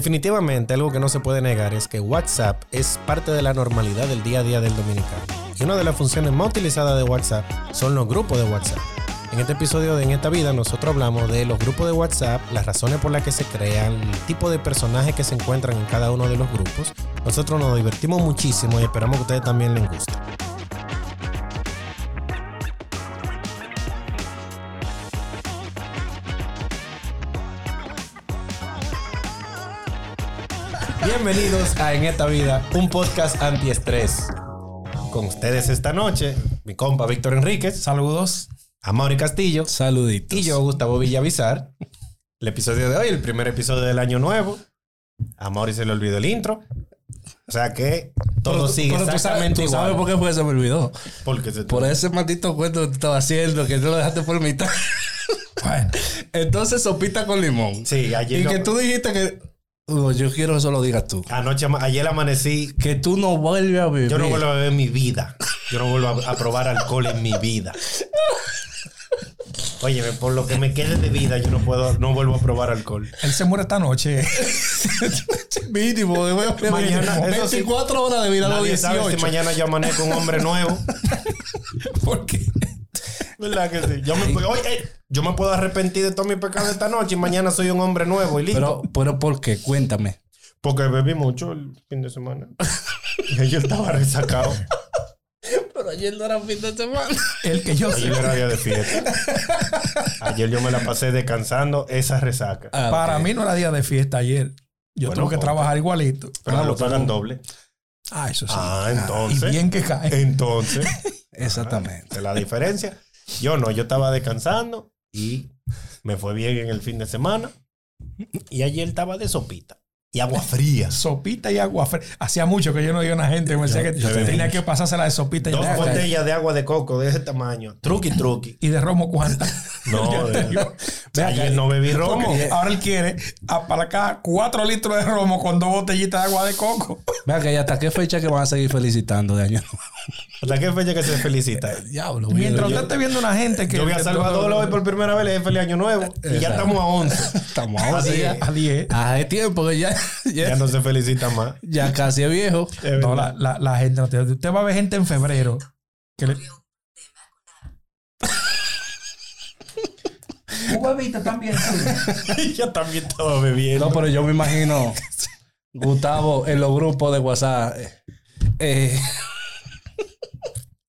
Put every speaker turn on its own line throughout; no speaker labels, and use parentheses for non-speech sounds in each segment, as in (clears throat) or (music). Definitivamente algo que no se puede negar es que WhatsApp es parte de la normalidad del día a día del dominicano. Y una de las funciones más utilizadas de WhatsApp son los grupos de WhatsApp. En este episodio de En esta vida nosotros hablamos de los grupos de WhatsApp, las razones por las que se crean, el tipo de personajes que se encuentran en cada uno de los grupos. Nosotros nos divertimos muchísimo y esperamos que a ustedes también les guste. Bienvenidos a En esta vida, un podcast antiestrés. Con ustedes esta noche, mi compa Víctor Enríquez,
Saludos.
Amaury Castillo
Saluditos.
y yo, Gustavo Villavizar. El episodio de hoy, el primer episodio del año nuevo. A Mauri se le olvidó el intro. O sea que todo
Pero tú-
sigue
pero tú sabes-
exactamente
tú
igual.
sabes por qué fue que se me olvidó?
Porque se-
Por ese maldito cuento que tú estabas haciendo, que tú lo dejaste
(laughs)
por mitad.
Bueno,
Entonces, sopita con limón.
Sí, ayer
Y
no-
que tú dijiste que... Hugo, yo quiero que eso lo digas tú.
anoche, ama- ayer amanecí.
Que tú no vuelves a vivir.
Yo no vuelvo a beber en mi vida. Yo no vuelvo a, a probar alcohol en mi vida. Óyeme, por lo que me quede de vida, yo no puedo, no vuelvo a probar alcohol.
él se muere esta noche.
(laughs) Mínimo. de- de-
Mañana, eso sí.
24 horas de vida a los
Nadie sabe
18.
si mañana yo amanezco un hombre nuevo.
(laughs)
Porque
¿Verdad que sí? Yo me, oye, yo me puedo arrepentir de todos mis pecados esta noche y mañana soy un hombre nuevo y listo.
Pero, pero ¿por qué? Cuéntame.
Porque bebí mucho el fin de semana. Y ayer estaba resacado.
Pero ayer no era fin de semana.
el que yo
Ayer
sé.
era día de fiesta. Ayer yo me la pasé descansando esa resaca.
Para mí no era día de fiesta ayer. Yo
Ah, Bueno,
tengo que
ok.
trabajar igualito.
Pero lo pagan doble.
Ah, eso sí.
Ah,
y
entonces. Eh,
bien que cae.
Entonces.
Exactamente.
esa es la diferencia. Yo no, yo estaba descansando y me fue bien en el fin de semana. Y ayer estaba de sopita y agua fría.
Sopita y agua fría. Hacía mucho que yo no veía una gente. Me decía que
yo te-
tenía que pasársela de sopita y,
Dos
de,
botellas de agua de coco de ese tamaño. Truqui, truqui.
y de romo cuánta.
(laughs) No,
(laughs) Yo te digo,
de-
ve acá.
ayer no bebí romo.
Porque ahora él quiere apalacar cuatro litros de romo con dos botellitas de agua de coco.
Vea que hasta qué fecha que van a seguir felicitando de año nuevo.
¿Hasta qué fecha que se felicita?
(laughs) Diablo, güey.
Mientras
yo-
usted esté viendo una gente que.
Yo voy a
que-
Salvador hoy por primera vez, le dije feliz año nuevo. Y ya
Exacto.
estamos a
(laughs)
11.
Estamos
a
ahora.
diez.
ya.
A 10.
Hace tiempo que ya, (laughs) ya,
Ya no se felicita más.
ya casi es viejo.
Es
No,
verdad.
la, la- la gente no te- Usted va a ver gente en febrero. Que le...
(laughs)
también.
(laughs) ya también estaba bebiendo.
No, pero yo me imagino Gustavo en los grupos de WhatsApp. eh, eh,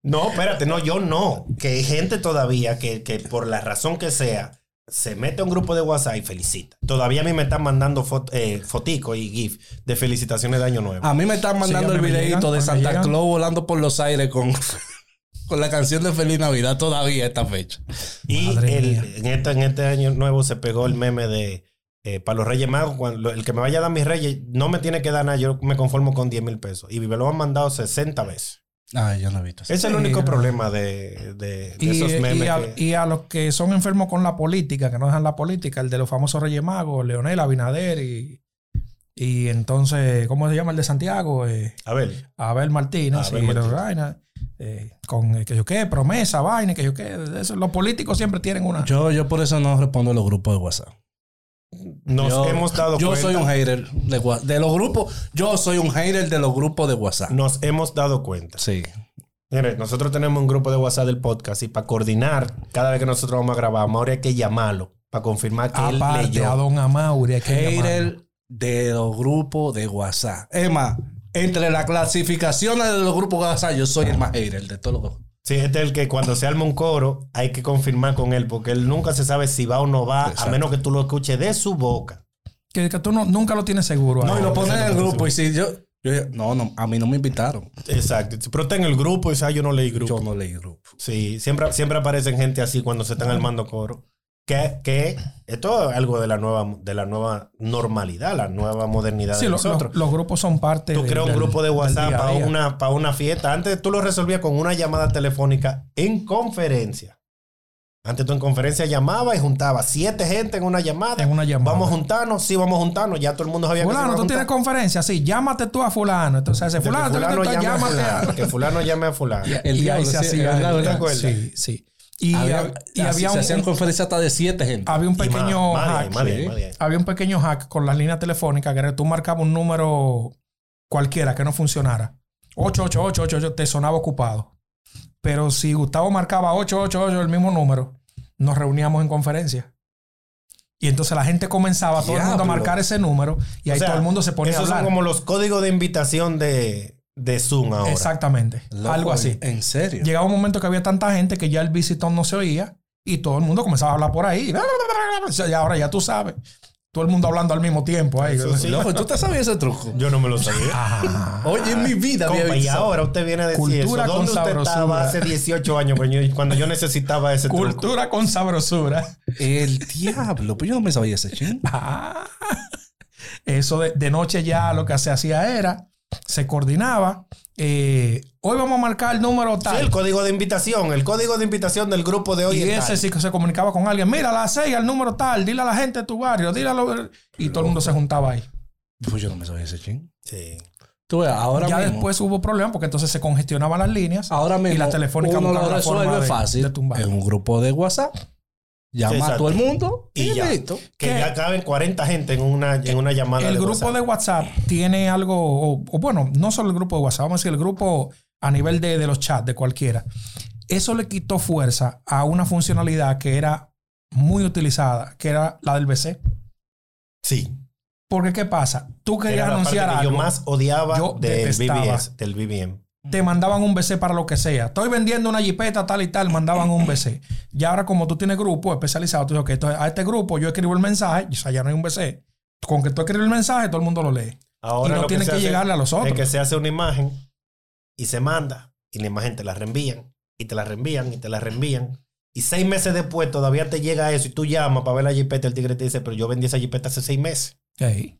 No, espérate, no, yo no. Que hay gente todavía que, que por la razón que sea, se mete a un grupo de WhatsApp y felicita. Todavía a mí me están mandando fot- eh, fotico y GIF de felicitaciones de año
Ah,
nuevo.
a mí me están mandando
Sí, a
el
mí me
videito
llegan,
de
me
Santa
llegan.
Claus volando por los aires con, (laughs) con la canción de Feliz Navidad todavía a esta fecha.
y
madre
el-
mía.
en, este, en este año nuevo se pegó el meme de eh, para los Reyes Magos, cuando, el que me vaya a dar mis Reyes no me tiene que dar nada, yo me conformo con 10 mil pesos. Y me lo han mandado 60 veces.
Ay, yo no he visto eso.
Ese es el
Sí,
único
no.
problema de, de- de
Y,
esos memes.
y a,
que-
y a los que son enfermos con la política, que no dejan la política, el de los famosos Reyes Magos, Leonel Abinader y, y entonces, ¿cómo se llama el de Santiago? Eh,
a ver,
Abel Martínez
Abel
y los
Martínez.
vaina, eh, con eh, que yo qué, promesa, vaina, que yo qué. de eso. Los políticos siempre tienen una.
Yo, yo por eso no respondo a los grupos de WhatsApp.
nos
yo,
hemos dado
yo
cuenta.
soy un hater de, wa- de los grupos. Yo soy un hater de los grupos de WhatsApp.
Nos hemos dado cuenta.
Sí.
Señores, nosotros tenemos un grupo de WhatsApp del podcast y para coordinar, cada vez que nosotros vamos a grabar, ahora hay que llamarlo para confirmar que
Ah,
él
Aparte, a
leyó.
don Amauri, hay que llamarlo.
hater de los grupos de WhatsApp. Emma, entre las clasificaciones de los grupos de WhatsApp, yo soy el más hater de todos los
Sí, este es el que cuando se arma un coro hay que confirmar con él porque él nunca se sabe si va o no va a
Exacto.
menos que tú lo escuches de su boca.
Que, que tú no- nunca lo tienes seguro.
No, y lo
Amauri.
ponen en el grupo. Y si yo, yo- no, no, a mí no me invitaron.
Exacto. Pero está en el grupo y dice, ah, yo no leí grupo.
Yo no leí grupo.
Sí, siempre, siempre aparecen gente así cuando se están armando coro. Que, que esto es algo de la nueva, de la nueva normalidad, la nueva modernidad
Sí,
de
lo- lo-
nosotros.
los grupos son parte.
Tú
del-
creas un
del-
grupo de
del
WhatsApp
día a
para
día.
una, para una fiesta. Antes tú lo resolvías con una llamada telefónica en conferencia. Antes tú en conferencia llamabas y juntabas siete gente en una llamada.
En una llamada.
Vamos a juntarnos, sí, vamos a juntarnos. Ya todo el mundo sabía
Fulano, tú
que se iba a
tienes
juntar.
conferencia, sí, llámate tú a fulano. Entonces, ese
De que
fulano, tú- tú- tú-
fulano llame a
llámate a...
(laughs) fulano, que fulano llame a fulano.
El
y
diablo,
ahí se
sí,
hacía.
¿verdad,
verdad?
Sí, sí. Y
había,
hab- y
así
había
se
un-
hacían conferencias hasta de siete gente.
había un
Y más-
pequeño
más de ahí,
hack.
más de ahí,
sí.
más de ahí.
había un pequeño hack con las líneas telefónicas que era tú marcabas un número cualquiera que no funcionara. 8888 te sonaba ocupado. Pero si Gustavo marcaba 888 el mismo número, nos reuníamos en conferencia. Y entonces la gente comenzaba todo el mundo a
Diablo.
marcar ese número y
O
ahí
sea,
todo el mundo se ponía a
Esos
hablar.
son como los códigos de invitación de, de Zoom ahora.
Exactamente,
Loco,
algo así.
En serio.
Llegaba un momento que había tanta gente que ya el visitón no se oía y todo el mundo comenzaba a hablar por ahí. (laughs) O sea, ya ahora ya tú sabes. Todo el mundo hablando al mismo tiempo. ahí.
Eso sí.
Loco, ¿tú te sabías ese truco?
Yo no me lo sabía.
Ajá.
Oye, en mi vida había
Ah, Compa, y
visto.
ahora usted viene a decir
Cultura
eso.
con
¿Dónde usted
sabrosura.
estaba hace 18 años cuando yo, cuando yo necesitaba ese (laughs) truco?
Cultura con sabrosura.
El diablo, pues yo no me sabía ese ching.
Ah. Eso de, de noche ya lo que se hacía era, se coordinaba. eh, hoy vamos a marcar el número
Sí, el
tal.
código de invitación. El código de invitación del grupo de hoy
y
es
ese
tal.
sí que se comunicaba con alguien. Mira, a las seis, al número tal. Dile a la gente de tu barrio. Dile a lo- Y todo el mundo se juntaba ahí.
Pues yo no me sabía ese ching.
Sí.
Tú ves, ahora
ya
mismo.
después hubo problemas porque entonces se congestionaban las líneas.
ahora mismo.
y la telefónica
uno
buscaba
lo
la forma
resuelve
de-
fácil.
de tumbar.
en un grupo de WhatsApp. Llama a
Exacto.
todo el mundo y,
Y ya.
listo.
Que
¿Qué?
ya caben 40 gente en una, en una llamada.
el
de
grupo
WhatsApp.
de WhatsApp tiene algo, o, o bueno, no solo el grupo de WhatsApp, vamos a decir el grupo a nivel de, de los chats, de cualquiera. Eso le quitó fuerza a una funcionalidad que era muy utilizada, que era la del BC.
Sí.
Porque, ¿qué pasa? Tú
Era
querías
la parte
anunciar
que
algo,
yo más odiaba
Yo
del,
detestaba.
BBS, del BBM.
te mandaban un BC para lo que sea. Estoy vendiendo una jipeta tal y tal, mandaban un BC. Y ahora, como tú tienes grupo especializado, tú dices, ok, entonces a este grupo yo escribo el mensaje, y, o sea, ya no hay un BC. Con que tú escribes el mensaje, todo el mundo lo lee.
Ahora
y no
lo
tiene
se
que,
hace
llegarle a los otros.
es que se hace una imagen y se manda y la imagen te la reenvían y te la reenvían y te la reenvían. Y seis meses después todavía te llega eso y tú llamas para ver la jipeta. El tigre te dice, pero yo vendí esa jipeta hace seis meses.
Ey.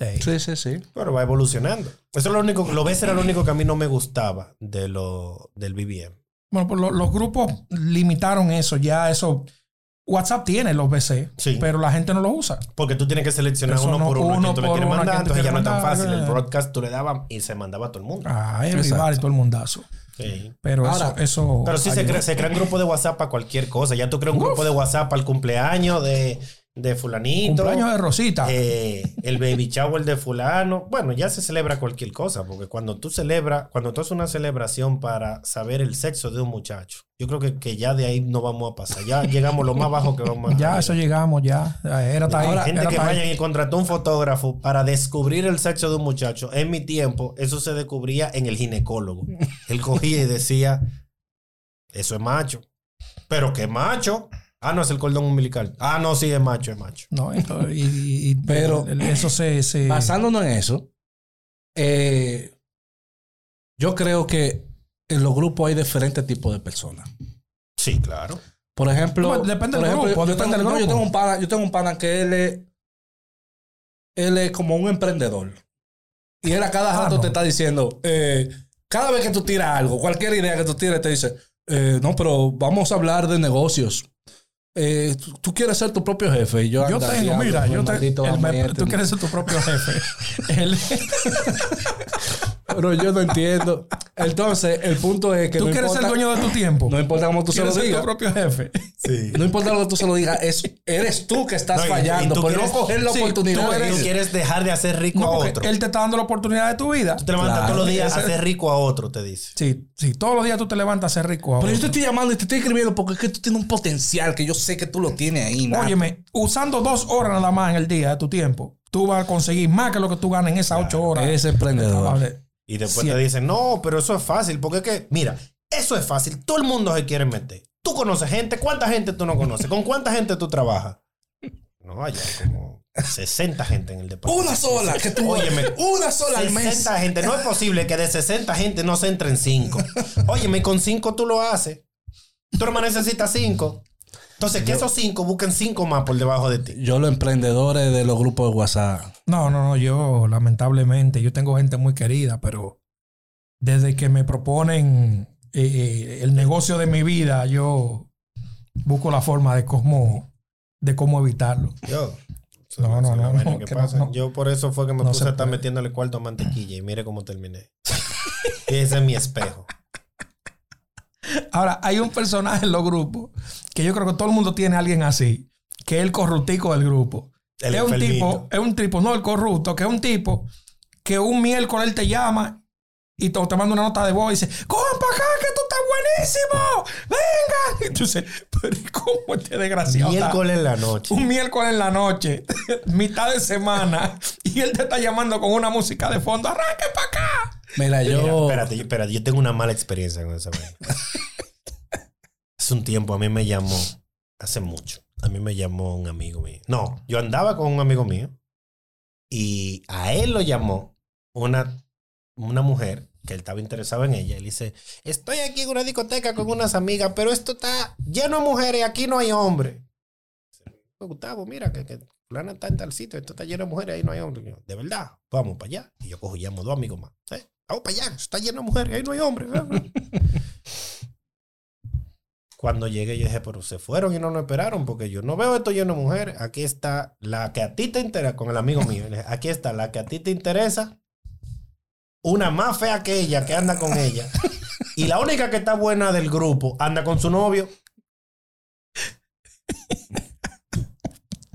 Ey.
Sí, sí, sí.
Pero va evolucionando. Eso es lo único, lo ves era lo único que a mí no me gustaba de lo, del BBM.
Bueno, pues lo- los grupos limitaron eso, ya eso. WhatsApp tiene los BC,
Sí.
pero la gente no los usa.
Porque tú tienes que seleccionar
Eso
uno
no,
por uno,
uno
que tú le
por
quieres
uno, a
mandar.
quien tú
Entonces ya no es
quieres
tan
mandar,
fácil. El
eh.
broadcast tú le dabas y se mandaba a todo el mundo.
Ah,
Exacto.
everybody, todo el mundazo.
Sí.
Pero
Ahora,
eso, eso.
Pero sí se,
ayudó.
crea, se crean grupos de WhatsApp para cualquier cosa. Ya tú creas un
Uf.
grupo de WhatsApp para el cumpleaños de, de fulanito.
Cumpleaños de Rosita.
eh, el baby shower de fulano. Bueno, ya se celebra cualquier cosa. Porque cuando tú celebras, cuando tú haces una celebración para saber el sexo de un muchacho, yo creo que, que ya de ahí no vamos a pasar. Ya llegamos lo más bajo que vamos a
(laughs) ya, eso llegamos, ya. Era hasta ahí,
Ahora,
era
eh. gente que
hasta ahí.
vayan y contrató un fotógrafo para descubrir el sexo de un muchacho. En mi tiempo, eso se descubría en el
(laughs)
ginecólogo. Él cogía y decía, eso es macho. ¿Pero qué macho? Ah, no, es el cordón umbilical. Ah, no, sí, es macho, es macho.
No, esto- y- y- y-
(laughs) Pero-
el- eso se. se-
Basándonos en eso, eh, yo creo que en los grupos hay diferentes tipos de personas.
Sí, claro.
Por ejemplo,
Bueno, depende
por
del
ejemplo,
grupo,
yo
depende
tengo-
del
no, Yo
grupo.
tengo un pana, yo tengo un pana que él es, él es como un emprendedor. Y él a cada
Ah,
rato
no.
te está diciendo, eh, cada vez que tú tiras algo, cualquier idea que tú tires, te dice, eh, no, pero vamos a hablar de negocios. Eh, tú, tú quieres ser tu propio jefe. Y yo,
yo
anda,
tengo,
diablo,
mira,
pues,
yo
maldito
tengo.
ambiente.
Tú quieres ser tu propio jefe. El-
(laughs) Pero yo no entiendo. Entonces, el punto es que
tú
no
quieres
importa,
ser dueño de tu tiempo.
no importa cómo tú se lo
quieres ser
digas.
tu propio jefe.
Sí.
No importa lo que tú se lo digas, es, eres tú que estás
No, y- y
fallando
tú
por
quieres-
no coger la
sí,
oportunidad.
Tú,
de
tú
eso.
quieres dejar de hacer rico
No,
a
porque
otro.
él te está dando la oportunidad de tu vida.
Tú te levantas
Claro,
todos los días a
ese-
hacer rico a otro, te dice.
Sí, sí, todos los días tú te levantas a ser rico.
Pero
ahora.
yo te estoy llamando y te estoy escribiendo porque es que tú tienes un potencial que yo sé que tú lo tienes ahí. nato.
Óyeme, usando dos horas nada más en el día de tu tiempo, tú vas a conseguir más que lo que tú ganas en esas ocho horas.
Eres emprendedor.
Vale.
Y después
Sí.
te dicen, no, pero eso es fácil, porque es que, mira, eso es fácil, todo el mundo se quiere meter. Tú conoces gente, ¿cuánta gente tú no conoces? ¿Con cuánta gente tú trabajas? No, allá hay como 60 gente en el departamento.
Una sola que tú
Óyeme,
una sola al mes.
60 gente, no es posible que de 60 gente no se entren 5. Óyeme, con 5 tú lo haces. Tú hermano necesitas 5. Entonces, que esos 5 busquen 5 más por debajo de ti.
Yo los emprendedores de los grupos de WhatsApp.
No, no, no, yo lamentablemente, yo tengo gente muy querida, pero desde que me proponen eh, eh, el negocio de mi vida, yo busco la forma de cómo, de cómo evitarlo.
Yo.
(laughs) No, no,
Esa es la
no,
vaina
no,
que
que no,
pasa.
no.
Yo por eso fue que me
No
puse
se
a estar
puede.
metiéndole cuarto a
(laughs)
mantequilla y mire cómo terminé. Ese es mi espejo.
Ahora, hay un personaje en los grupos que yo creo que todo el mundo tiene a alguien así, que es el corruptico del grupo.
El
es un
enfermito.
tipo, es un tipo, no el corrupto, que es un tipo que un miércoles él te llama y te, te manda una nota de voz y dice, compa acá que tú estás buenísimo, venga. (laughs) Entonces, pero ¿y ¿cómo este desgraciado? está?
Miércoles en la noche.
Un miércoles en la noche, (laughs) mitad de semana, y él te está llamando con una música de fondo, arranque para acá.
Mira, yo.
Mira, espérate, espérate, yo tengo una mala experiencia con esa
(laughs)
vaina. Hace un tiempo a mí me llamó, hace mucho, a mí me llamó un amigo mío. No, yo andaba con un amigo mío y a él lo llamó una, una mujer que él estaba interesado en ella. Él dice, estoy aquí en una discoteca con unas amigas, pero esto está lleno de mujeres, aquí no hay hombres. Gustavo, mira que, que fulana está en tal sitio, esto está lleno de mujeres, ahí no hay hombres. Yo, de verdad, vamos para allá. Y yo cojo y llamo a dos amigos más. ¿eh? Vamos para allá, está lleno de mujeres, ahí no hay hombres. (laughs) Cuando llegué, yo dije, pero se fueron y no nos esperaron porque yo no veo esto lleno de mujeres. Aquí está la que a ti te interesa, con el amigo mío. Le dije, Aquí está la que a ti te interesa. Una más fea que ella, que anda con ella. Y la única que está buena del grupo anda con su novio.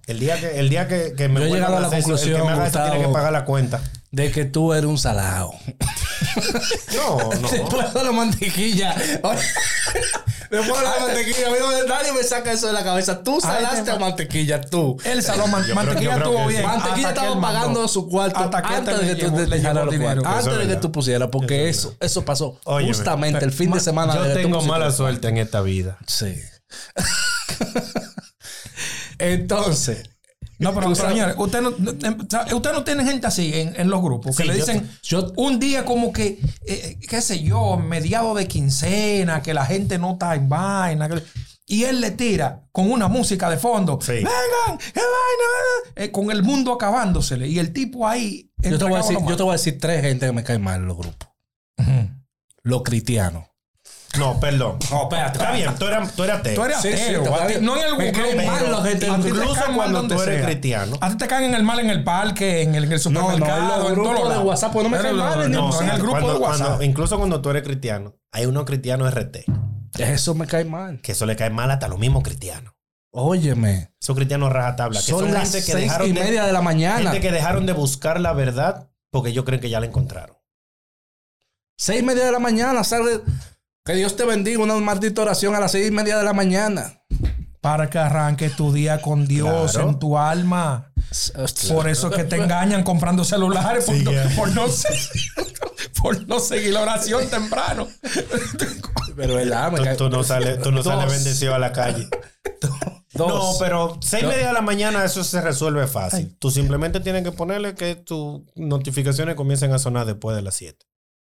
El día que, el día que, que me
Yo he
vuelvan
llegado a la
hacer eso, el que
conclusión,
me haga eso tiene que
Gustavo.
pagar la cuenta.
De que tú eres un salado.
No,
(laughs)
no.
Después de la mantequilla. Después
Ah,
de (laughs) la mantequilla. A mí no me- nadie me saca eso de la cabeza. Tú salaste a mantequilla, tú.
El salón, man-
creo- yo
mantequilla
creo
estuvo
que
bien.
sí.
hasta
Mantequilla
que
estaba
él mandó.
pagando su cuarto
Hasta que
antes
él
de que
llevó-
tú
le
te
llevó
llegaras los
dinero. Ah,
cuartos.
Eso
Antes
es
de que
verdad.
tú pusieras, porque
Eso
eso, eso pasó
Óyeme,
justamente el fin de semana. de
Yo
que tú
tengo
pusiste
mala
los
suerte en esta vida.
cuartos. Sí. Entonces,
No, pero
Tú sabes-
señores, usted no, no- em, sabe, usted no tiene gente así en, en los grupos que
Sí,
le
yo
dicen
yo-
un día como que, eh, qué sé yo, mediado de quincena, que la gente no está en vaina. que- y él le tira con una música de fondo.
Sí.
Vengan, qué vaina, vaina", eh, con el mundo acabándosele. Y el tipo ahí.
yo te, voy a
entregado
decir,
nomás.
yo te voy a decir tres gente que me caen mal en los grupos. Los cristianos.
No, perdón.
No, espérate.
Está bien, tú eras, tú eras ateo.
Tú eres
Sí, sí,
ateo.
te voy a
a ti-
decir-
no en el
me
grupo,
caen
mal,
mal los
a ti te
gente-
incluso
caen mal
cuando
donde
tú eres
sea.
cristiano.
A ti te caen en el mal en el parque, en el, en el supermercado.
no, en los
en
grupos
todos
de
lados.
WhatsApp, pues no me
Pero
caen mal, ni
No,
un
en el
sitio.
grupo
Cuando-
de
cuando-
WhatsApp.
incluso cuando tú eres cristiano, hay unos cristianos RT
Eso me cae mal.
que eso le cae mal hasta a los mismos cristianos.
Óyeme.
Esos cristianos rajatabla. Que son,
Son las
gente que
seis
dejaron
y
de-
media de la mañana.
gente que dejaron de buscar la verdad porque ellos creen que ya la encontraron.
Seis y media de la mañana sale. Que Dios te bendiga. Una maldita oración a las seis y media de la mañana.
Para que arranque tu día con Dios
Claro.
en tu alma. Por eso es que te engañan comprando celulares por,
Sí,
no,
ya.
por no seguir, (laughs) por no seguir la oración temprano.
Pero verdad, me
Tú,
cae.
tú no sales,
(laughs)
tú no sales
Dos.
bendecido a la calle. No,
Dos.
pero seis y media de la mañana eso se resuelve fácil. Tú simplemente tienes que ponerle que tus notificaciones comiencen a sonar después de las 7.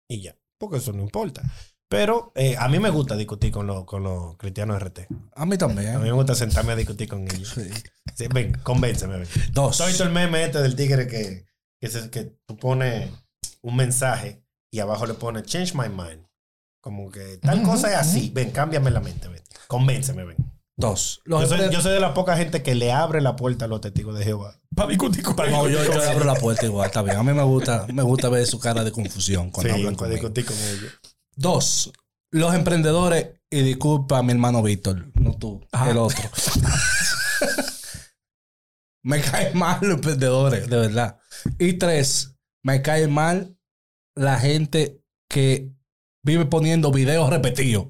Y ya. Porque eso no importa. Pero eh, a mí me gusta discutir con los, con los cristianos RT.
A mí
A mí
también.
me gusta sentarme a discutir con ellos.
Sí.
Sí, ven, convénceme. ven.
Dos.
Soy el meme este del tigre que, que, se- que tú pones un mensaje y abajo le pones change my mind. Como que tal cosa es así. Ven, cámbiame la mente. Ven. Convénceme, ven.
Dos. Los
Yo soy,
hebreos-
yo soy de la poca gente que le abre la puerta a los testigos de Jehová.
Para discutir con
No, yo, yo le abro la puerta igual, está bien. A mí me gusta, me gusta ver su cara de confusión cuando
sí,
hablan
para
conmigo.
discutir con ellos.
Dos, los emprendedores, y disculpa a mi hermano Víctor, no tú,
Ajá.
el otro. (laughs) me caen mal los emprendedores, de verdad. Y tres, me cae mal la gente que vive poniendo videos repetidos.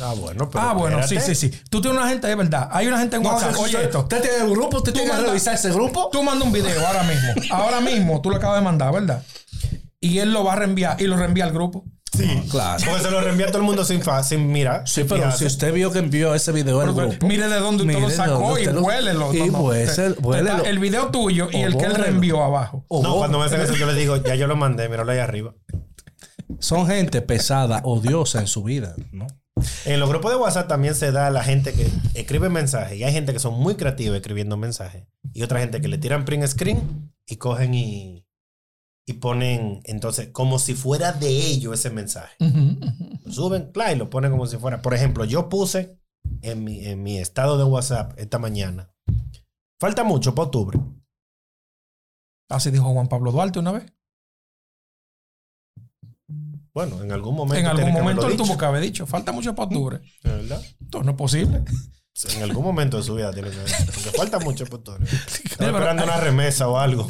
Ah, bueno, pero.
Ah, bueno, sí,
espérate.
sí, sí. Tú tienes una gente de verdad. Hay una gente en WhatsApp. Oye,
usted,
esto.
usted tiene un grupo, usted tiene que
manda-
revisar ese grupo.
Tú manda un video ahora mismo. Ahora mismo tú lo acabas de mandar, ¿verdad? Y él lo va a reenviar y lo reenvía al grupo.
Sí.
No, Ah, claro.
Porque se lo reenvía a todo el mundo sin, fa- sin mira.
Sí, pero si usted vio que envió ese video al
Pero,
grupo.
Mire de dónde usted
Mire
lo
de
sacó
dónde
y
usted lo-
huélelo.
y
No, no,
huésel-
usted-
huélelo.
está El video tuyo y
O
el que él
bórrelo.
reenvió abajo.
o
No,
vos-
cuando me hacen eso, yo les digo, ya yo lo mandé, míralo ahí arriba.
Son gente pesada, odiosa en su vida, ¿no?
En los grupos de WhatsApp también se da la gente que escribe mensajes. Y hay gente que son muy creativos escribiendo mensajes. Y otra gente que le tiran print screen y cogen y, y ponen, entonces, como si fuera de ellos ese mensaje.
Ujú, ujú.
Lo suben, claro, y lo ponen como si fuera. Por ejemplo, yo puse en mi, en mi estado de WhatsApp esta mañana. Falta mucho para octubre.
Así dijo Juan Pablo Duarte una vez.
Bueno, en algún momento.
En algún
tiene que
momento él
haberlo
tuvo
dicho,
que haber dicho, falta mucho para octubre.
¿verdad?
Esto no es posible.
En algún momento de su vida tiene que haber. Porque falta mucho por
(laughs)
todo. Estaba
pero-
esperando una remesa o algo.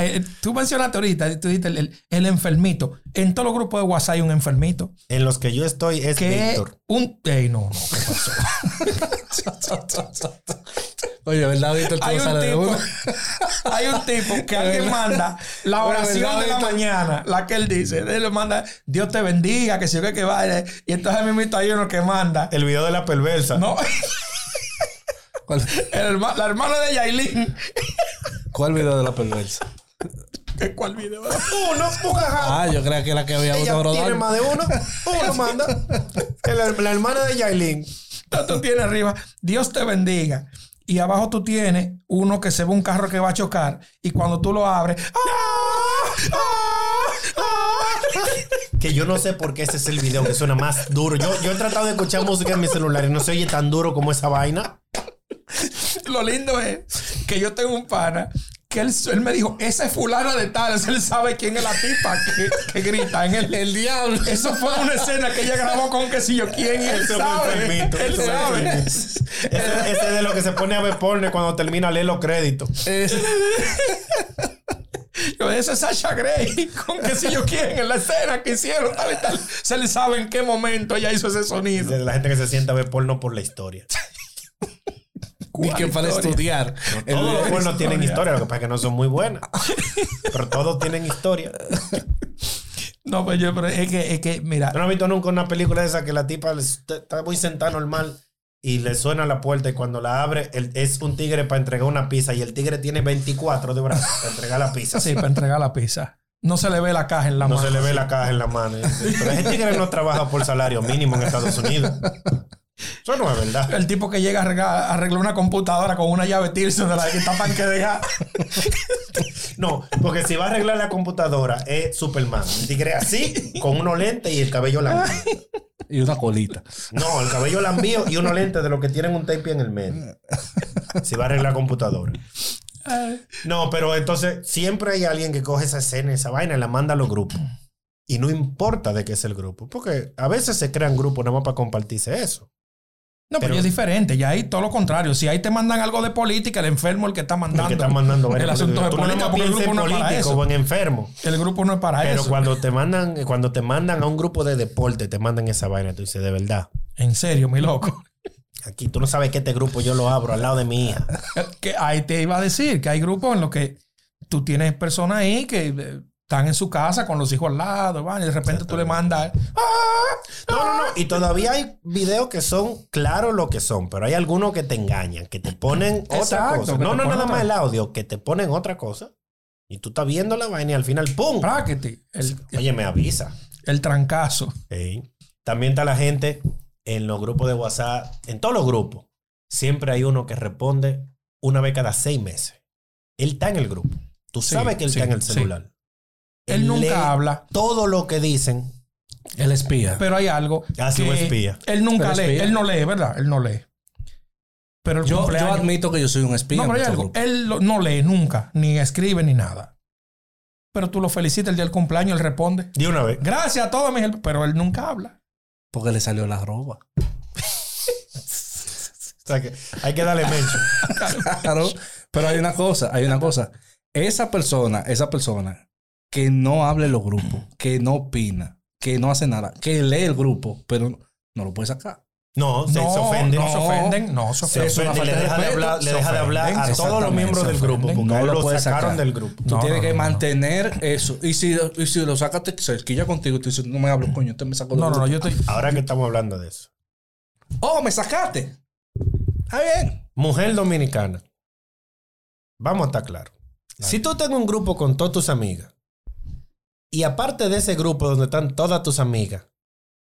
Eh, tú mencionaste ahorita, tú dijiste el, el- el enfermito. En todos los grupos de WhatsApp hay un enfermito.
En los que yo estoy es
Que
Víctor.
un... Ey, no, no.
Oye, ¿verdad, Víctor?
Hay
¿Cómo
un,
sale de
tipo,
uno?
hay un tipo que alguien manda la oración de la mañana, la que él dice. Él le manda, Dios te bendiga, que si que que vaya. Y entonces mismo hay uno que manda.
El video de la perversa.
No,
¿Cuál,
el herma- la hermana de Yailin.
¿Cuál video de la perversa?
¿Qué- ¿Cuál video?
Uno, pujaja.
Ah, yo creía que era que había
Ella
uno
tiene
rodando.
más de
(laughs)
uno. Uno manda. La, la hermana de Yailin.
Entonces tú tienes arriba, Dios te bendiga. Y abajo tú tienes uno que se ve un carro que va a chocar. Y cuando tú lo abres, ¡ah! ¡ah! ¡ah!
Que yo no sé por qué ese es el video que suena más duro. Yo, yo he tratado de escuchar música en mi celular y no se oye tan duro como esa vaina.
Lo lindo es que yo tengo un pana que él, él me dijo, esa es fulana de tal, o sea, él sabe quién es la tipa que, que grita en el, el diablo. Eso fue una escena que ella grabó con que si yo quién y él
Eso es muy
sabe.
enfermito,
Él
eso es muy
sabe.
enfermito. Ese, ese es de lo que se pone a ver porno cuando termina a leer los créditos.
(laughs) Yo, esa es Sasha Gray con que si yo quién en la escena que hicieron tal y tal. Se le sabe en qué momento ella hizo ese sonido.
De la gente que se sienta a ver porno por la
(laughs)
historia.
Y que para
historia?
estudiar. El-
Todos los pornos tienen
historia.
historia, lo que pasa es que no son muy buenas. Pero todos tienen historia.
No, pero yo, pero es que, es que, mira,
Yo no he visto nunca una película de esa que la tipa les- está- está muy sentada normal y le suena la puerta y cuando la abre el- es un tigre para entregar una pizza y el tigre tiene 24 de brazos para entregar la pizza.
sí, para entregar la pizza. No se le ve la caja en la
no
mano.
se le ve la caja en la mano. Pero ese tigre no trabaja por salario mínimo en Estados Unidos. Eso no es verdad.
El tipo que llega a arreglar, arregla una computadora con una llave Tilson de la que tapan que deja.
No, porque si va a arreglar la computadora es Superman. Un tigre así, con unos lentes y el cabello lambío.
Y una colita.
No, el cabello lambío y unos lentes de los que tienen un tape en el medio. Si va a arreglar la computadora. No, pero entonces siempre hay alguien que coge esa escena, esa vaina y la manda a los grupos. Y no importa de qué es el grupo, porque a veces se crean grupos nada más para compartirse eso.
No, pero,
Pero-
ya es diferente. Ya ahí todo lo contrario. Si ahí te mandan algo de política, el enfermo es el que está mandando.
Porque están mandando
el
vainas
asunto de
Tú nada más
política, porque el
piensas
grupo
en
no es para
político
eso.
o en enfermo.
El grupo no es para
Pero
eso.
cuando te mandan, cuando te mandan a un grupo de deporte, te mandan esa vaina, tú dices, de verdad.
En serio, mi loco. (laughs)
Aquí tú no sabes que este grupo yo lo abro al lado de mi hija.
que ahí te iba a decir que hay grupos en los que tú tienes personas ahí que eh, están en su casa con los hijos al lado, van, y de repente tú le mandas. eh,
No, no, no. Y todavía hay videos que son claros lo que son, pero hay algunos que te engañan, que te ponen otra
Exacto,
cosa.
que
No,
te
no,
ponen
nada
otra-
más el audio, que te ponen otra cosa. Y tú estás viendo la vaina y al final, ¡pum!
Brackety, el,
Oye, me avisa.
el trancazo.
Ey. También está la gente en los grupos de WhatsApp, en todos los grupos. Siempre hay uno que responde una vez cada seis meses. Él está en el grupo. Tú
Sí,
sabes que él
sí,
está en el
sí.
celular.
Él nunca
lee
habla.
Todo lo que dicen.
El espía.
Pero hay algo.
Ha sido Ah, espía.
Él nunca
Pero
lee.
espía.
Él no lee, ¿verdad? Él no lee. Pero el
Yo, yo
cumpleaños-
admito que yo soy un espía.
No,
en
pero hay
muchos
algo.
grupos.
Él lo- no lee nunca, ni escribe ni nada. Pero tú lo felicitas el día del cumpleaños, él responde.
De una vez.
Gracias a todos, mis hermanos", pero él nunca habla.
Porque le salió la roba.
O sea que hay que darle mention.
(laughs) Claro. Pero hay una cosa, hay una cosa. Esa persona, esa persona que no hable los grupos, que no opina, que no hace nada, que lee el grupo, pero no lo puede sacar.
No, se,
no,
se ofende.
no se ofenden, no se
Se
ofenden.
Es una
ofende, le
falta de
deja de
respeto.
hablar, le
Se
deja de hablar a
ofenden,
todos los miembros
exactamente,
del
se
grupo,
ofenden.
porque
No
a él
lo
lo
puedes
sacaron
sacar.
del grupo.
Tú
No,
tienes
no,
que
no, no.
mantener eso. Y si, y si lo sacas, te- se quilla contigo. y Tú dices, no me hablo, coño, usted me sacó del
No, no, no,
grupo.
yo estoy.
Ahora que estamos hablando de eso.
Oh, me sacaste. Está bien.
Mujer dominicana. Vamos a estar claros. Si tú estás en un grupo con todas tus amigas, y aparte de ese grupo donde están todas tus amigas,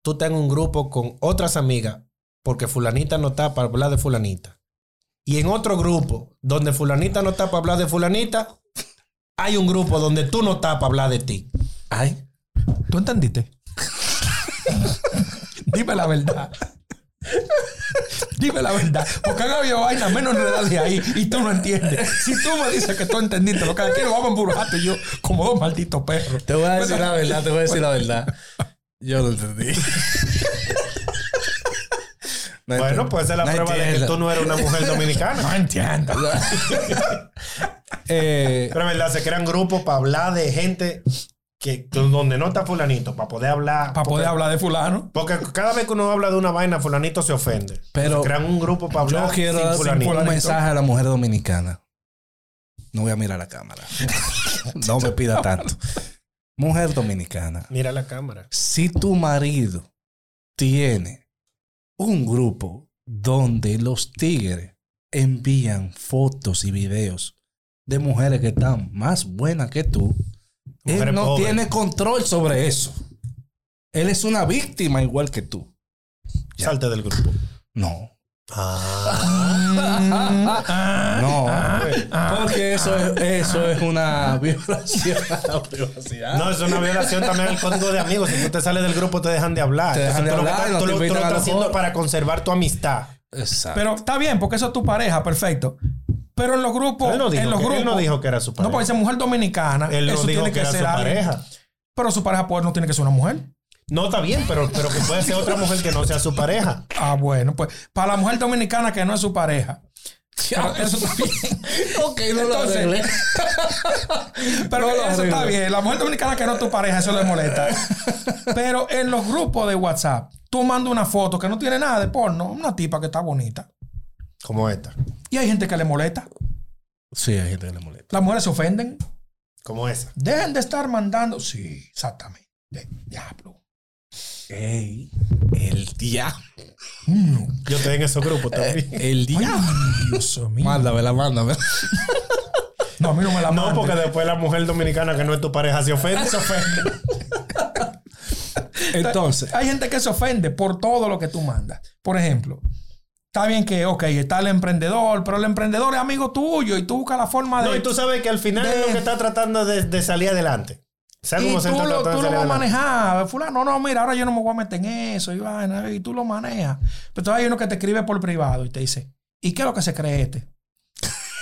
tú estás en un grupo con otras amigas, porque fulanita no está para hablar de fulanita. Y en otro grupo donde fulanita no está para hablar de fulanita, hay un grupo donde tú no estás para hablar de ti.
Ay.
¿Tú entendiste? Dime la verdad. Dime la verdad. Porque han habido vainas menos enredadas de ahí y tú no entiendes. Si tú me dices que tú entendiste lo que aquí lo vamos a emburrarte yo como dos malditos perros.
Te voy a decir la verdad, te voy a decir la verdad. Yo lo entendí. (laughs) No
Bueno,
entiendo.
pues esa es la
No
prueba de que
entiendo.
tú no eres una
(laughs)
mujer dominicana.
No entiendo.
Eh,
Pero es verdad, se crean grupos para hablar de gente que donde no está fulanito, para poder hablar.
Para poder hablar de fulano.
Porque cada vez que uno habla de una vaina, fulanito se ofende.
Pero
se crean un grupo para hablar
yo quiero
sin
dar
fulanito.
un mensaje a la mujer dominicana. No voy a mirar la cámara.
(laughs)
No me pida tanto. Mujer dominicana.
Mira la cámara.
Si tu marido tiene un grupo donde los tigres envían fotos y videos de mujeres que están más buenas que tú,
Mujeres
él no
pobres.
tiene control sobre eso. Él es una víctima igual que tú. Ya.
Salte del
(laughs)
grupo.
No.
Ah.
No.
(laughs) No, porque eso es, eso es una violación a la privacidad.
No, es una violación también al código de amigos. Si tú te sales del grupo, te dejan de hablar.
Te dejan
Entonces,
de
tú lo que estás- tú
hablar, no
lo-
te
tú lo
invitan a
estás
los
haciendo
foros.
para conservar tu amistad.
Exacto.
Pero está bien, porque eso es tu pareja, perfecto. Pero en los grupos.
Él no dijo,
en los
que,
grupos.
él no dijo que era su pareja.
No,
pues,
porque esa mujer dominicana.
él no
eso
dijo
tiene
que,
que,
era
ser
su
alguien.
pareja.
Pero su pareja poder no tiene que ser una mujer.
No, está bien, pero, pero que puede ser otra mujer que no sea su pareja.
Ah, bueno, pues para la mujer dominicana que no es su pareja. Pero Ah, eso está bien.
(laughs) ok, no lo
Entonces,
arreglé.
Pero
No lo
eso está
arreglo.
bien. La mujer dominicana que no es tu pareja, eso le
(laughs)
molesta. Pero en los grupos de WhatsApp, tú mandas una foto que no tiene nada de porno, una tipa que está bonita.
Como esta.
Y hay gente que le molesta.
Sí, hay gente que le molesta.
Las mujeres se ofenden.
Como esa.
Dejen de estar mandando. Sí, exactamente. Diablo.
Ey, el diablo.
Yo estoy en esos grupos
Eh,
también.
El diablo.
Dios
(laughs)
mío.
Mándamela, mándamela.
No, a mí no me la
No,
manden.
porque después la mujer dominicana que no es tu pareja se ofende.
se ofende.
Entonces,
Hay gente que se ofende por todo lo que tú mandas. Por ejemplo, está bien que, ok, está el emprendedor, pero el emprendedor es amigo tuyo y tú buscas la forma de.
No, y tú sabes que al final es lo que está tratando de, de salir adelante. ¿Sabes
Y
cómo
tú
se
lo,
está
tú
tratando de
lo
salir
vas a
adelante?
manejar. Fulano, no, mira, ahora yo no me voy a meter en eso. Y, vaina, y tú lo manejas. Pero todavía hay uno que te escribe por privado y te dice, ¿y qué es lo que se cree este?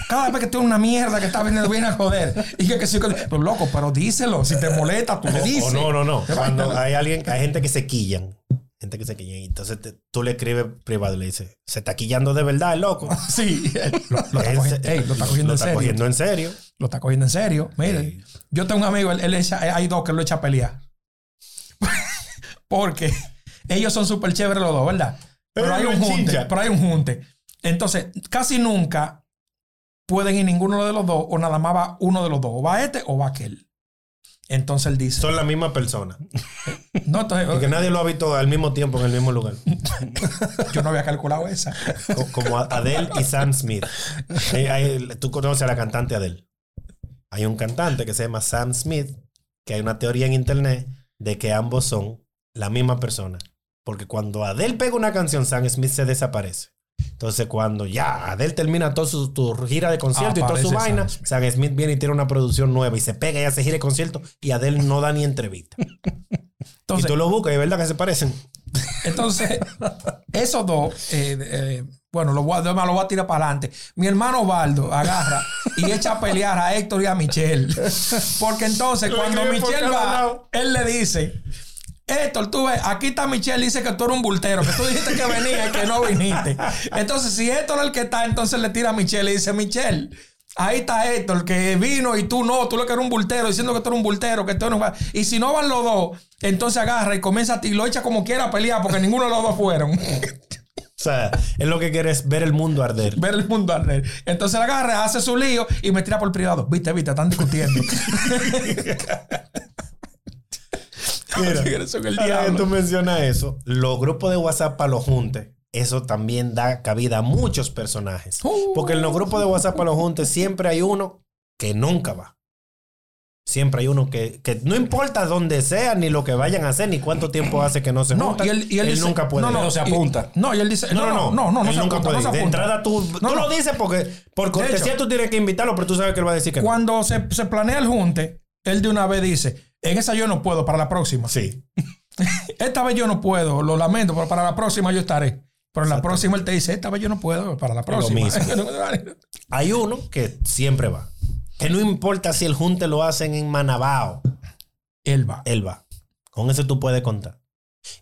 Cada vez que tú una mierda que está viniendo, viene a joder. Y que, que sí, que- pero loco, pero díselo. Si te molesta, tú le
O
dices.
Oh, no, no, no. Cuando hay alguien, hay gente que se quillan. Gente que se quillan. Y entonces te- tú le escribes privado y le dices, se está quillando de verdad, el loco.
(laughs) Sí. (laughs) Lo, lo está
Ese-
cogiendo, ey, lo está cogiendo en
está
serio.
cogiendo en serio.
Lo está cogiendo en serio. Mire,
Sí.
yo tengo un amigo, él, él echa- eh, hay dos que lo echa a pelear. (laughs) Porque ellos son súper chéveres los dos, ¿verdad? Pero
Pero
hay
no
un junte.
chincha.
Pero hay un junte. Entonces, casi nunca pueden ir ninguno de los dos, o nada más va uno de los dos, o va este o va aquel. Entonces él dice,
Son la misma persona.
no, entonces,
(laughs) Y que nadie lo ha visto al mismo tiempo en el mismo lugar.
yo no había calculado esa.
Co- Como a- Adele y Sam Smith. Hay- hay- tú conoces a la cantante Adele. Hay un cantante que se llama Sam Smith, que hay una teoría en internet de que ambos son la misma persona. Porque cuando Adele pega una canción, Sam Smith se desaparece. Entonces, cuando ya Adele termina toda su, tu gira de concierto y toda su
Aparece Sam
vaina,
Smith.
Sam Smith viene y tiene una producción nueva y se pega y hace gira de concierto y Adele no da ni
(laughs)
entrevista.
Entonces,
y tú lo buscas y es verdad que se parecen.
Entonces, esos dos, eh, eh, bueno, lo voy, a, lo voy a tirar para adelante. Mi hermano Baldo agarra y echa a pelear a Héctor y a Michelle. Porque entonces,
Lo
cuando
escribe por
Michelle
cada
va,
lado.
él le dice. Héctor, tú ves, aquí está Michelle, dice que tú eres un bultero, que tú dijiste que venías y que no viniste. Entonces, si Héctor es el que está, entonces le tira a Michelle y dice, Michelle, ahí está Héctor, que vino y tú no, tú lo que eres un bultero, diciendo que tú eres un bultero, que tú no vas. Y si no van los dos, entonces agarra y comienza a ti- y lo echa como quiera a pelear, porque ninguno de los dos fueron. (laughs)
O sea, es lo que quieres ver el mundo arder.
Ver el mundo arder. Entonces la agarra, hace su lío y me tira por privado. Viste, viste, están discutiendo. (laughs)
Mira,
Eso es el
ahora que
diablo.
tú mencionas eso, los grupos de WhatsApp para los juntes, eso también da cabida a muchos personajes.
Uh.
Porque en los grupos de WhatsApp para los juntes siempre hay uno que nunca va. Siempre hay uno que, que no importa dónde sea, ni lo que vayan a hacer, ni cuánto tiempo hace que no se
No,
juntan,
y él, y él dice-
nunca puede.
No,
ir.
no,
no se
y-
apunta.
no, y él dice.
No, no, no,
no, no,
él
se
nunca
apunta,
puede
no
ir.
se
De
apunta.
entrada tú,
No,
tú
no.
lo dices porque por cortesía tú tienes que invitarlo, pero tú sabes que él va a decir que no.
Cuando se, se planea el junte, él de una vez dice: En esa yo no puedo, para la próxima.
Sí.
(laughs) Esta vez yo no puedo, lo lamento, pero para la próxima yo estaré. Pero en la próxima él te dice: Esta vez yo no puedo, para la próxima. (laughs)
mismo. Hay uno que siempre va. Que no importa si el junte lo hacen en Manabao,
él va.
él va. Con eso tú puedes contar.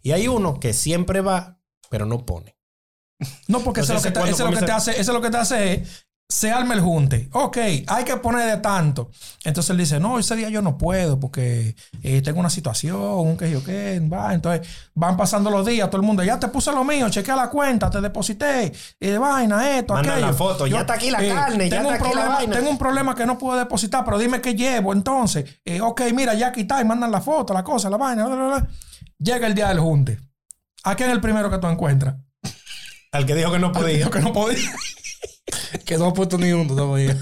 Y hay uno que siempre va, pero no pone.
No, porque eso es lo que
Entonces,
te- eso es lo que te
¿cuándo
hace, eso es lo que te hace es, se arma el junte. Ok, hay que poner de tanto. Entonces él dice, no, ese día yo no puedo porque eh, tengo una situación, un que yo qué, va. Entonces van pasando los días, todo el mundo, ya te puse lo mío, chequea la cuenta, te deposité, eh, vaina, esto,
Manda
aquello.
la foto, ya está aquí la carne, ya
tengo un
está aquí la
problema,
vaina.
Tengo un problema que no puedo depositar, pero dime qué llevo entonces. Eh, ok, mira, ya quita y mandan la foto, la cosa, la vaina, bla, bla, bla. Llega el día del junte. ¿A quién es el primero que tú encuentras?
Al que dijo que no podía.
Yo que no podía.
Que no ha puesto ni uno todavía.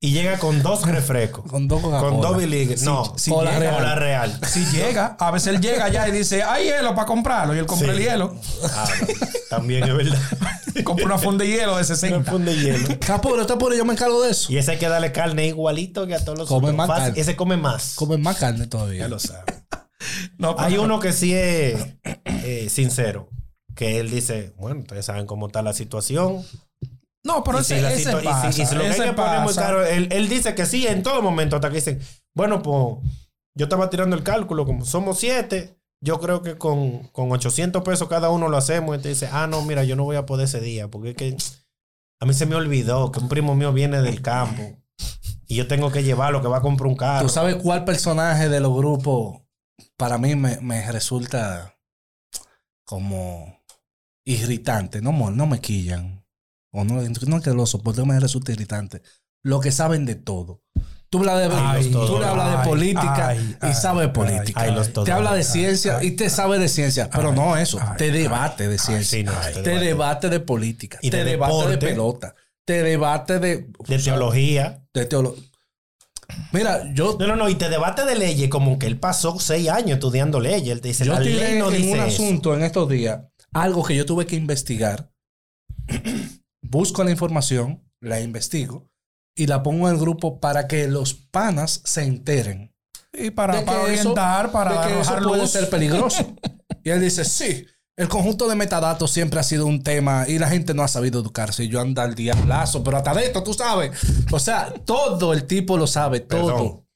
Y llega con dos refrescos.
Con dos Coca-Cola.
Con dos Billy. No,
sí,
Cola
llega.
Cola real.
Si llega, a veces él llega allá y dice, hay hielo para comprarlo. Y él compra
Sí.
el hielo.
Ah, no, también es verdad.
Compra una fonda de hielo de
Un
60.
(laughs)
pun de hielo.
Capuro, está puro, yo me encargo de eso.
Y ese hay que darle carne igualito que a todos los
Come
otros.
más
Fácil.
carne.
Ese come más.
Comen más carne todavía.
Ya lo sabe.
No, pero-
Hay uno que sí es eh, sincero. Que él dice, bueno, ustedes saben cómo está la situación.
no, pero
y
ese,
si la
ese
situa- y si-
pasa.
y si, lo que hay
ese
que poner muy
pasa.
caro, él, él dice que sí en todo momento, hasta que dicen, bueno, pues yo estaba tirando el cálculo, como somos siete, yo creo que con, con 800 pesos cada uno lo hacemos. Y te dice, ah, no, mira, yo no voy a poder ese día, porque es que a mí se me olvidó que un primo mío viene del campo y yo tengo que llevarlo, que va a comprar un carro.
¿Tú sabes cuál personaje de los grupos para mí me, me resulta como irritante? No, mo- no me quillan. O no, no que lo soporte, me resulta irritante. Lo que saben de todo. Tú, hablas de,
Ay,
tú le
todo.
hablas
Ay,
de política
ay,
y
ay,
sabe de política.
ay, los todo.
te habla de
Ay,
ciencia y te sabe de ciencia. pero
ay,
no eso.
ay,
te debate de
Ay,
ciencia.
sí, no,
te
este
debate.
debate.
de política.
Y de
te debate
deporte.
de pelota. Te debate de,
de teología.
de teolo- Mira, yo
No, no, no, y te debate de leyes, como que él pasó seis años estudiando leyes. Él te dice,
yo
la ley
tiré
no
en
dice
un
eso".
asunto en estos días, algo que yo tuve que investigar. (clears throat) Busco la información, la investigo y la pongo en el grupo para que los panas se enteren
Y para,
de
para
que eso-
orientar, para
de que eso
arrojar
puede
luz.
ser peligroso. y él dice, sí, el conjunto de metadatos siempre ha sido un tema y la gente no ha sabido educarse. Y yo ando al diablazo, pero hasta de esto tú sabes. O sea, todo el tipo lo sabe, todo.
Perdón.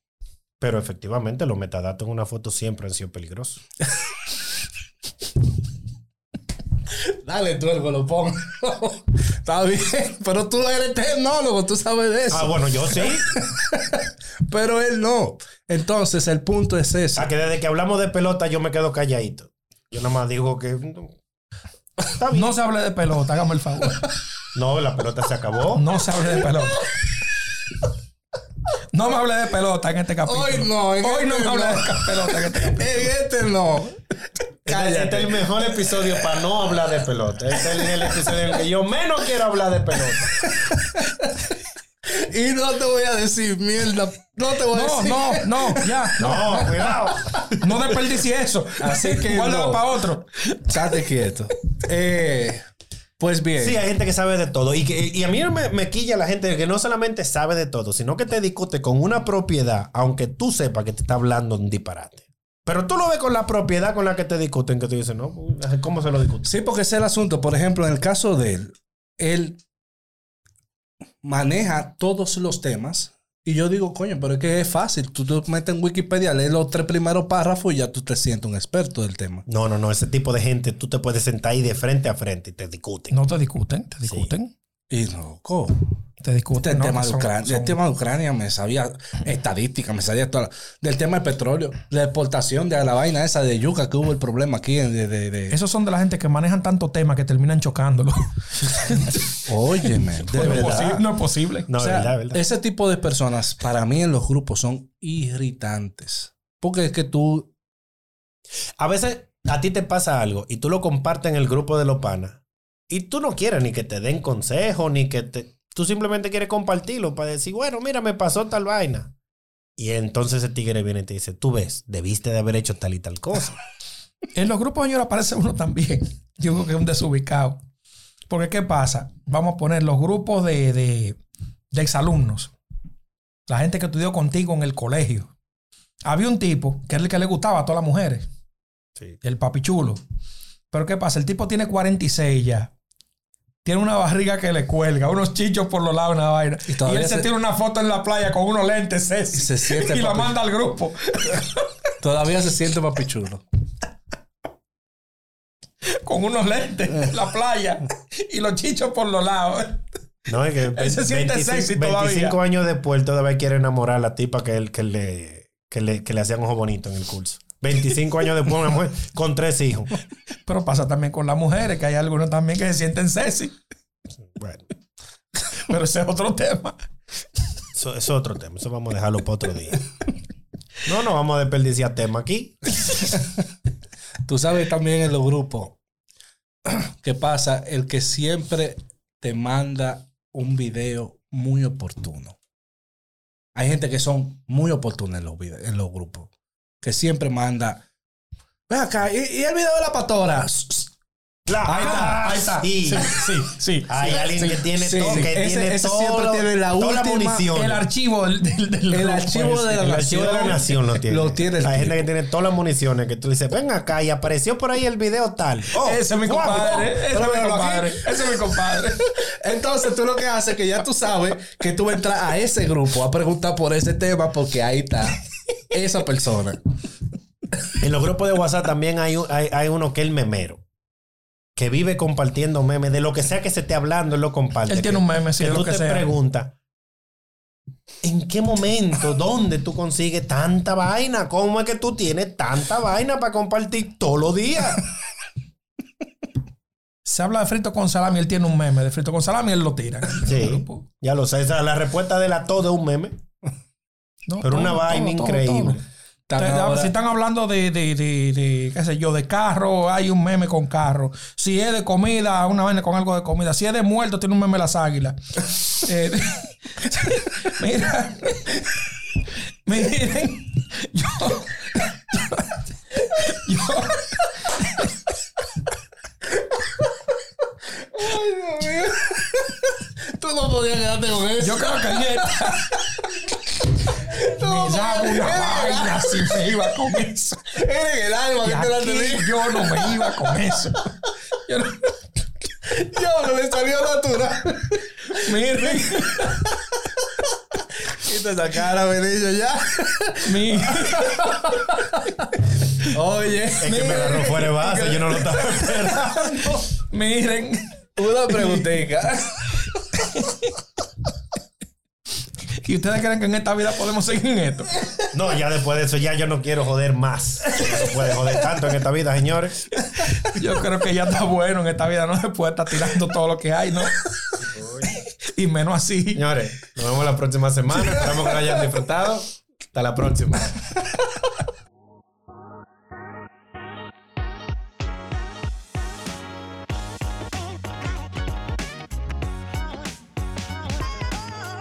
Pero efectivamente, los metadatos en una foto siempre han sido peligrosos.
Dale tú el golopón. (laughs) Está bien, pero tú eres tecnólogo, tú sabes de eso.
Ah, bueno, yo sí.
Pero él no. Entonces, el punto es ese.
Ah, que desde que hablamos de pelota, yo me quedo calladito. Yo nada más digo que. Está bien.
No se hable de pelota, hágame el favor.
No, la pelota se acabó.
No se hable de pelota. No me hable de pelota en este capítulo.
Hoy no, en
Hoy no
este
me hable
no.
de pelota en
(laughs)
este
En
capítulo.
este no.
Este este es el
Cállate.
mejor episodio para no hablar de pelota. Este es el episodio en el que yo menos quiero hablar de pelota.
Y no te voy a decir mierda. No te voy a
No, no,
decir.
no, ya.
No, cuidado.
No desperdicie eso. (laughs)
Así que
Guárdalo
no.
para otro.
Estate quieto. Eh, pues bien.
Sí, hay gente que sabe de todo. Y, que- y a mí me, me quilla la gente que no solamente sabe de todo, sino que te discute con una propiedad, aunque tú sepas que te está hablando un disparate. Pero tú lo ves con la propiedad con la que te discuten, que tú dices, no, ¿cómo se lo discutes?
Sí, porque ese es el asunto. Por ejemplo, en el caso de él, él maneja todos los temas. Y yo digo, coño, pero es que es fácil. Tú te metes en Wikipedia, lees los tres primeros párrafos y ya tú te sientes un experto del tema.
No, no, no, ese tipo de gente, tú te puedes sentar ahí de frente a frente y te discuten.
No te discuten, te discuten.
Y loco.
Te discuten.
Del
no,
Este tema,
que
de
son-
Ucrania,
son-
del tema de Ucrania me sabía estadística, me sabía toda la- Del tema del petróleo, la exportación de la vaina esa de yuca que hubo el problema aquí. en- De, de, de-
Esos son de la gente que manejan tanto tema que terminan chocándolo.
Óyeme, (laughs)
(laughs)
de
no, es
verdad.
posible, no es posible.
No,
O sea,
verdad, verdad.
Ese tipo de personas, para mí en los grupos, son irritantes. Porque es que tú.
A veces a ti te pasa algo y tú lo compartes en el grupo de los panas y tú no quieres ni que te den consejo ni que te... Tú simplemente quieres compartirlo para decir, bueno, mira, me pasó tal vaina. Y entonces el tigre viene y te dice, tú ves, debiste de haber hecho tal y tal cosa.
En los grupos señor aparece uno también. (laughs) Yo creo que es un desubicado. Porque ¿qué pasa? Vamos a poner los grupos de, de, de exalumnos. La gente que estudió contigo en el colegio. Había un tipo que era el que le gustaba a todas las mujeres.
Sí.
El papichulo. Pero ¿qué pasa? El tipo tiene 46 ya. Tiene una barriga que le cuelga, unos chichos por los lados, una vaina.
Y
Y,
todavía
él se,
se-
tira una foto en la playa con unos lentes, sexy,
Y se siente
(laughs) y la
papi-
manda al grupo.
Todavía se siente papichulo.
con unos lentes en la playa y los chichos por los lados.
No,
(laughs)
es que
Él se siente sexy todavía.
25 años después todavía quiere enamorar a la tipa que, él- que, le, que, le, que le hacían ojo bonito en el curso. 25 años después, una mujer con tres hijos.
Pero pasa también con las mujeres, que hay algunos también que se sienten sexy.
Bueno,
Pero ese es otro tema.
eso eso es otro tema. Eso vamos a dejarlo para otro día. No, no vamos a desperdiciar tema aquí.
Tú sabes también en los grupos qué pasa, el que siempre te manda un video muy oportuno. Hay gente que son muy oportunas en los, vide- en los grupos, que siempre manda, ve acá, y, y el video de la pastora. Ahí está, ahí está.
Sí.
sí, sí.
Hay alguien que tiene
sí,
todo,
sí.
que
Ese-
tiene
ese
todo
siempre
lo-
tiene la
toda
última-
munición.
El archivo del, del, del
El
grupo
archivo
ese.
de la
Pues, El
nación.
archivo de la nación (laughs) lo tiene.
Lo tiene el
Hay gente que
tipo.
tiene todas las municiones que tú le dices, ven acá y apareció por ahí el video tal. Oh,
Ese es mi
guau,
compadre. Eh, Ese es
Pero
mi
míralo
compadre.
aquí.
Ese es mi compadre.
(laughs) Entonces tú lo que haces es que ya tú sabes que tú vas a entrar a ese grupo a preguntar por ese tema porque ahí está esa persona.
En los grupos de WhatsApp también hay, un- hay, hay uno que es el memero. Que vive compartiendo memes. De lo que sea que se esté hablando, él lo comparte.
Él tiene un meme, sí,
Que
de
tú
lo que
te
sea.
preguntas. ¿En qué momento, dónde tú consigues tanta vaina? ¿Cómo es que tú tienes tanta vaina para compartir todos los
(laughs)
días?
Se habla de frito con salami, él tiene un meme de frito con salami, él lo tira. El
Sí.
grupo.
Ya lo sé. esa- La respuesta de la todo es un meme.
No,
Pero una vaina increíble.
Tan
Te-
ahora-
Si están hablando de, de, de, de, qué sé yo, de carro, hay un meme con carro. Si es de comida, una vaina con algo de comida. Si es de muerto, tiene un meme de las águilas. Eh, (laughs) mira. Miren. Yo. Yo.
Tú no podías quedarte con eso.
Yo creo que en esta me daba una vaina si me iba con eso.
Eres el alma
Y
que te la tenía.
aquí yo no me iba con eso. Yo no-
Yo no le salió
(laughs)
natural. (laughs)
miren.
Quita esa cara, Benicio, ya.
Miren.
Oye,
Es que me agarró fuera de base. Yo no lo
(laughs)
estaba esperando.
(laughs) Miren.
una preguntita.
¿Y ustedes creen que en esta vida podemos seguir en esto?
No, ya después de eso, ya yo no quiero joder más. No se puede joder tanto en esta vida, señores.
(laughs) Yo creo que ya está bueno en esta vida. No se puede estar tirando todo lo que hay, ¿no? Y menos así.
Señores, nos vemos la próxima semana. Esperamos que lo hayan disfrutado. Hasta la próxima.